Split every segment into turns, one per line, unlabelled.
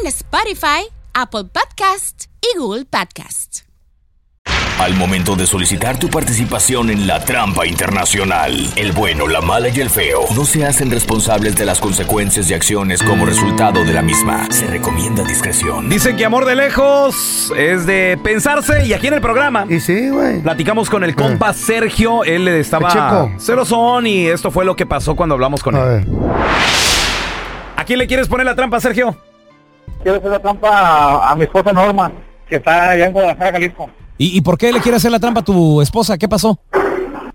en Spotify, Apple Podcast y Google Podcast.
Al momento de solicitar tu participación en la trampa internacional, el bueno, la mala y el feo no se hacen responsables de las consecuencias y acciones como resultado de la misma. Se recomienda discreción.
Dicen que amor de lejos es de pensarse y aquí en el programa
Y sí, güey.
platicamos con el compa Sergio, él estaba
Pacheco.
celosón y esto fue lo que pasó cuando hablamos con
A
él.
ver.
¿A quién le quieres poner la trampa, Sergio?
quiero hacer la trampa a, a mi esposa Norma, que está allá en Guadalajara, Jalisco.
¿Y, y por qué le quiere hacer la trampa a tu esposa? ¿Qué pasó?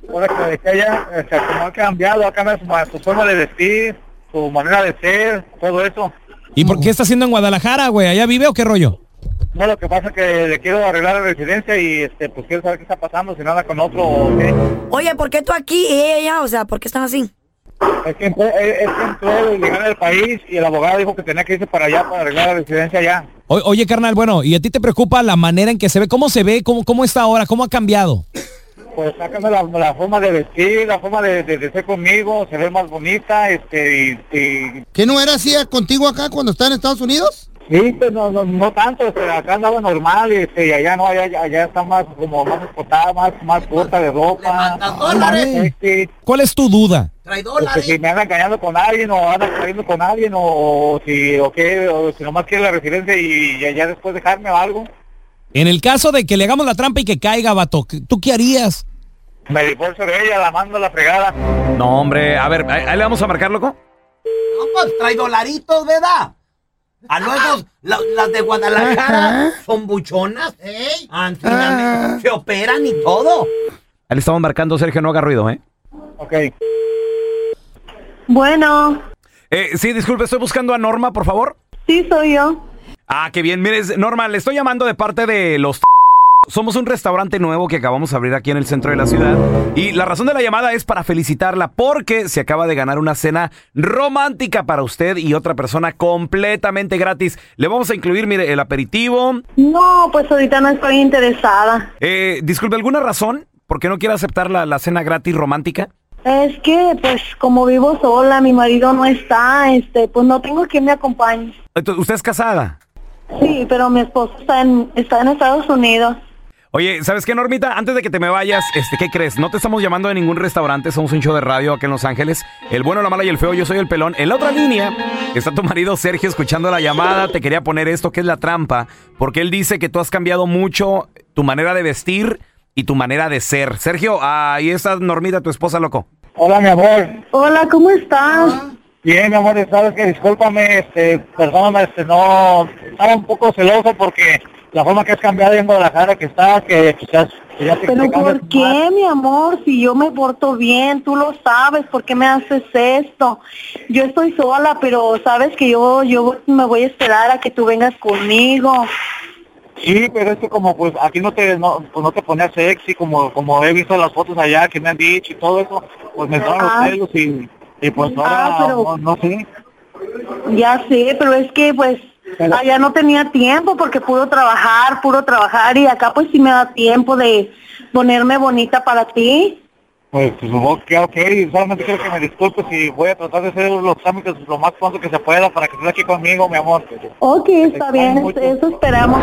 Ahora que la dejé allá, eh, se- como ha cambiado, ha cambiado su, ma- su forma de vestir, su manera de ser, todo eso.
¿Y por
Mm.
qué está haciendo en Guadalajara, güey? ¿Allá vive o qué rollo?
No, lo que pasa es que le quiero arreglar la residencia y este, pues quiero saber qué está pasando, si no anda con otro o qué.
Oye, ¿por qué tú aquí y ella allá? O sea, ¿por qué están así?
Es que entró, es, es que entró ilegal al país y el abogado dijo que tenía que irse para allá para arreglar la residencia allá.
O- oye, carnal, bueno, ¿y a ti te preocupa la manera en que se ve? ¿Cómo se ve? ¿Cómo, cómo está ahora? ¿Cómo ha cambiado?
Pues sácame la, la forma de vestir, la forma de, de- de ser conmigo, se ve más bonita, este, y- y
¿Que no era así contigo acá cuando estaba en Estados Unidos?
Sí, pues no, no, no tanto, este, acá andaba normal, este, y allá no, allá, allá está más como más escotada, más, más corta de ropa. Este,
¿Cuál es tu duda?
pues, que si me anda engañando con alguien o anda saliendo con alguien o, o si o qué, o si nomás quiere la residencia y, y allá después dejarme o algo,
En el caso de que le hagamos la trampa y que caiga, vato, ¿qué- ¿tú qué harías?
me divorcio de ella, la mando a la fregada.
No, hombre, a ver, ahí ahí le vamos a marcar, loco.
No, pues trae dolaritos, ¿verdad? A luego, la- las de Guadalajara son buchonas. Ah, finalmente, Se operan y todo.
Ahí le estamos marcando, Sergio, no haga ruido, ¿eh?
Ok,
Bueno,
Eh, sí, disculpe, estoy buscando a Norma, por favor.
sí soy yo.
Ah, qué bien. Mire, es- Norma, le estoy llamando de parte de los... Somos un restaurante nuevo que acabamos de abrir aquí en el centro de la ciudad. Y la razón de la llamada es para felicitarla porque se acaba de ganar una cena romántica para usted y otra persona completamente gratis. Le vamos a incluir, mire, el aperitivo.
No, pues ahorita no estoy interesada.
Eh, disculpe, ¿alguna razón por qué no quiere aceptar la, la cena gratis romántica?
Es que, pues, como vivo sola, mi marido no está, este, pues no tengo quien me acompañe.
Entonces, ¿Usted es casada?
Sí, pero mi esposo está en, está en Estados Unidos.
Oye, ¿sabes qué, Normita? Antes de que te me vayas, este, ¿qué crees? No te estamos llamando de ningún restaurante, somos un show de radio acá en Los Ángeles. El bueno, la mala y el feo, yo soy el pelón. En la otra línea está tu marido Sergio escuchando la llamada. Te quería poner esto, que es la trampa, porque él dice que tú has cambiado mucho tu manera de vestir y tu manera de ser. Sergio, ahí está Normita, tu esposa, loco.
hola mi amor,
Hola, ¿cómo estás?
Bien, mi amor, sabes que discúlpame, este, perdóname, este, no, estaba un poco celoso porque la forma que has cambiado en Guadalajara que estás, que quizás que ya te
Pero
te cambias
¿por qué,
más.
mi amor? Si yo me porto bien, tú lo sabes, ¿por qué me haces esto? Yo estoy sola, pero sabes que yo yo me voy a esperar a que tú vengas conmigo.
Sí, pero es que como pues aquí no te, no, pues, no te ponías sexy, como, como he visto las fotos allá que me han dicho y todo eso, pues me estaban
Ah.
los celos y, y pues ahora,
Ah, pero-
no, no sé.
Ya sé, pero es que pues
Pero-
allá no tenía tiempo porque pudo trabajar, pudo trabajar y acá pues sí me da tiempo de ponerme bonita para ti.
Pues, pues ok, ok, solamente quiero que me disculpes y voy a tratar de hacer los trámites lo más pronto que se pueda para que estés aquí conmigo, mi amor.
Ok, está
Está
bien,
muy
eso esperamos.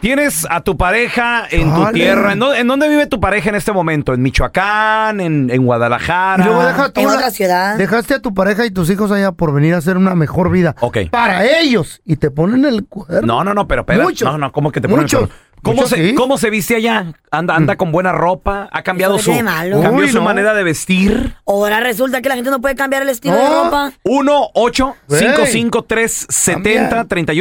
Tienes a tu pareja en tu
Chale.
tierra. ¿En, dó- en dónde vive tu pareja en este momento? ¿En Michoacán? ¿En, en Guadalajara?
Y luego deja a tu-
En otra ciudad.
Dejaste a tu pareja y tus hijos allá por venir a hacer una mejor vida.
Ok.
Para ellos. Y te ponen el cuerno.
No, no, no, pero espera.
Muchos.
No, no, ¿cómo que te ponen el
Muchos.
cuerno? ¿Cómo,
Muchos
se,
sí. Mm.
¿Cómo se viste allá? ¿Anda, anda con buena ropa? ¿Ha cambiado
Eso
su,
es de malo.
cambió
Uy,
su
no.
manera de vestir?
Ahora resulta que la gente no puede cambiar el estilo de
No.
ropa.
1 8
Cambiar.
3100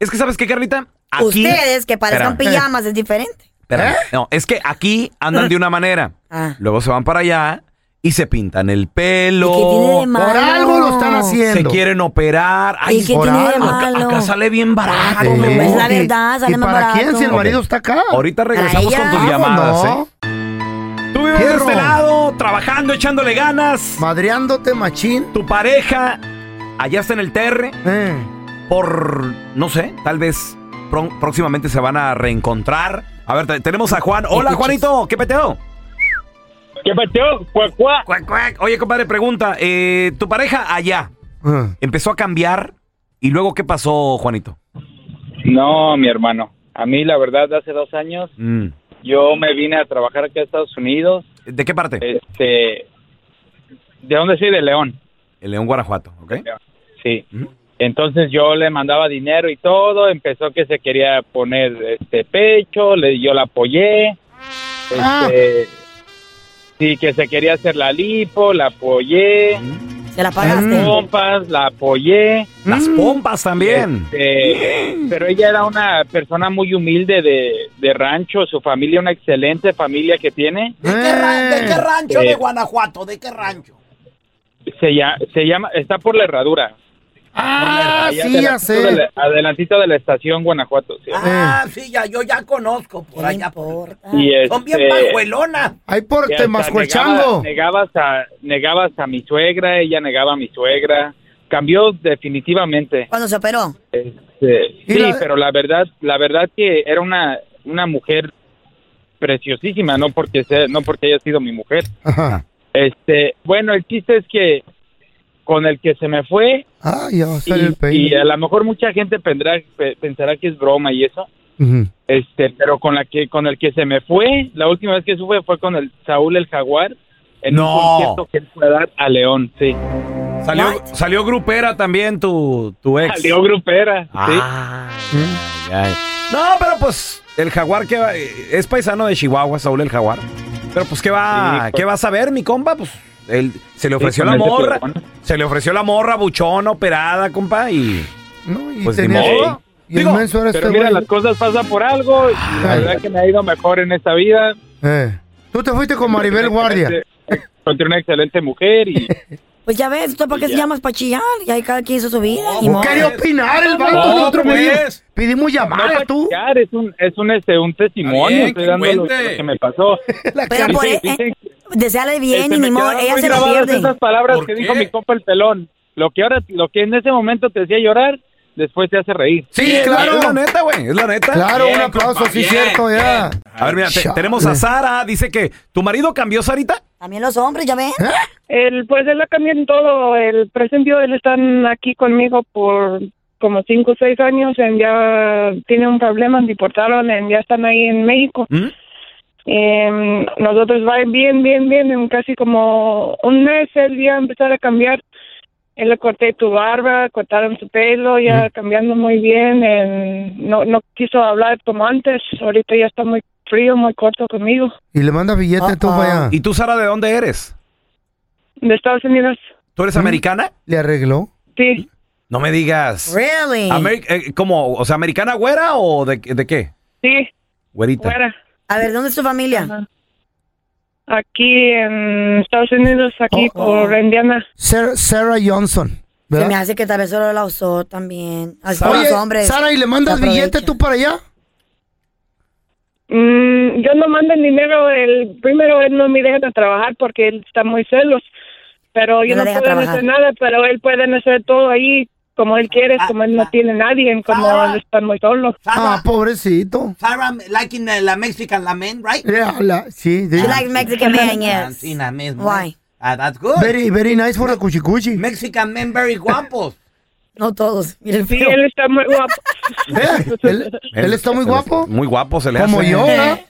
Es que, ¿sabes qué, Carlita?
Ustedes que parezcan
Espérame,
pijamas es diferente.
espérame.
¿Eh?
No, es que aquí andan de una manera.
Ah.
Luego se van para allá y se pintan el
¿Y qué tiene de
pelo.
malo?
Por algo lo están
Se
haciendo.
quieren operar. Ay,
¿Y qué
por
tiene de
algo. Acá,
malo?
acá sale bien barato.
Sí.
mi amor.
Ah, Es la verdad, sale
¿Y
más
para
barato.
quién si el
Ok.
marido está acá? Ah, pues
Ahorita regresamos
Para
con
ella.
tus llamadas,
no.
¿eh? Tú vives de
Fierro.
este lado, trabajando, echándole ganas.
Madreándote, machín.
Tu pareja, allá está en el terre.
Eh.
por, no sé, tal vez prón- próximamente se van a reencontrar. A ver, te- tenemos a Juan. Hola, Juanito, ¿qué peteo?
¿Qué pateó? Cuacuá.
Cuac, cuac. Oye, compadre, pregunta, eh, tu pareja allá
Eh.
empezó a cambiar y luego, ¿qué pasó, Juanito?
No, mi hermano. A mí, la verdad, hace dos años
Mm.
yo me vine a trabajar acá a Estados Unidos.
¿De qué
Eh,
parte?
Este, ¿De dónde soy? De León.
El León, Guanajuato, ¿ok?
Sí.
Ujú.
Entonces yo le mandaba dinero y todo. Empezó que se quería poner este pecho. Le, yo la apoyé. Este,
Ah.
Sí, que se quería hacer la lipo. La apoyé.
Se la
Mm.
pagaste.
Pompas, la apoyé.
Las pompas también.
Mm. Este, pero ella era una persona muy humilde de, de rancho, su familia, una excelente familia que tiene.
¿De, qué, ra- de qué rancho
Eh.
de Guanajuato? ¿De qué rancho?
Se, llama, se llama, está por la herradura.
Ah,
Allá
sí, ya
adelantito
sé.
de la- adelantito de la estación Guanajuato. sí.
Ah, sí, ya, yo ya conozco
¿Qué
por
le
allá.
importa?
Y
Son
este,
bien pajuelonas.
Ahí por
que hasta eh, negaba-
Temascuelchango.
Negabas a, negabas a mi suegra, ella negaba a mi suegra. Cambió definitivamente.
Cuando se operó.
Este,
¿Y
sí,
la-
pero la verdad, la verdad que era una, una mujer preciosísima, no porque sea, no porque haya sido mi mujer.
Ajá.
Este, bueno, el chiste es que con el que se me fue
Ah, ya va a
y,
salir el
y
peine.
a lo mejor mucha gente pendrá- pe- pensará que es broma y eso.
Ujú.
Este, pero con la que con el que se me fue, la última vez que supe fue con el Saúl el Jaguar en
No.
un concierto que él fue a dar a León, sí.
Salió, salió grupera también tu, tu ex.
Salió grupera,
Ah, ay, ay. No, pero pues el jaguar que va- eh, es paisano de Chihuahua, Saúl el jaguar. Pero pues qué va,
Sí, pues.
qué va a saber mi compa, pues él se le ofreció
con
la
ese
morra,
plebón.
se le ofreció la morra buchona operada, compa, y
No, y
Pues ni
tenía...
modo.
Y el
Digo,
menso
sí.
era
Pero
este
mira,
güey.
las cosas pasan por algo, y la
Ay.
verdad que me ha ido mejor en esta vida.
Eh. Tú te fuiste con Maribel Guardia.
Encontré una excelente mujer y
Pues ya ves, ¿tú para qué se llamas para chillar? Y ahí cada quien hizo su vida. ni
¿O
modo.
quería opinar el vato?
No,
Nosotros
pues.
pedimos, pedimos
No, pues,
llamada,
para
tú.
checar, es un, es un, este, un testimonio.
Está bien,
estoy
que
dando lo,
cuente.
lo que me pasó.
La
Pero
cara-
por
Dicen-
eh,
dicen-
deseale bien
Este,
y ni
me
modo,
quedaron
ella
muy
se lo
grabadas
pierde.
Esas palabras
¿Por
que
qué?
dijo mi compa el pelón. Lo que ahora, lo que en ese momento te hacía llorar, después te hace reír.
Sí,
es la
claro.
neta, güey, es la neta.
Claro,
Bien,
un aplauso,
compa,
sí,
bien,
cierto,
bien.
ya.
A ver, mira, te-
Chale.
tenemos a Sara, dice que tu marido cambió, Sarita.
También los hombres, ya ven.
¿Eh?
Él, pues él la cambió en todo. El presente él está aquí conmigo por como cinco o seis años. En ya tiene un problema, me deportaron, en ya están ahí en México.
¿Mm?
Eh, nosotros va bien, bien, bien. En casi como un mes él ya empezar a cambiar. Él le corté tu barba, cortaron su pelo, ya cambiando muy bien. eh, no, no quiso hablar como antes. Ahorita ya está muy frío, muy corto conmigo.
Y le mandas billete tú
Ah,
para allá.
¿Y tú, Sara, de dónde eres?
De Estados Unidos,
¿Tú eres americana?
¿Le arregló?
sí.
No me digas.
Really.
Ameri- eh, ¿Cómo? O sea, ¿americana güera o de, de qué?
Sí,
Güerita.
fuera.
A ver, ¿dónde es tu familia?
Aquí en Estados Unidos, Pues aquí
Oh, oh.
por Indiana.
Sarah, Sarah Johnson.
Se me
¿verdad?
hace que tal vez solo la usó también. Así como los
Oye,
hombres.
Sara, ¿y le mandas
se aprovechan.
billete tú para allá?
Mm, yo no mando el dinero. El, primero, él no me deja de trabajar porque él está muy celos. Pero yo
No
no,
la deja
puedo
trabajar.
hacer nada, pero él puede hacer todo ahí como él quiere,
Ah,
como él no
ah.
tiene nadie, como
Ah.
él está muy solo.
Ah,
Sarah,
pobrecito.
Sarah, like in uh, la Mexican lamen, right?
Yeah, la- sí, sí.
You like Mexican man, yes.
Latina mismo.
Why?
Ah, that's good.
Very, very nice for la cuchicuchi.
Mexican men very guapos.
No todos. Mira el
Sí,
feo.
él está muy guapo.
Eh, ¿Él, él está muy
se le-
guapo?
Muy guapo se le
Como
hace.
yo, ¿eh?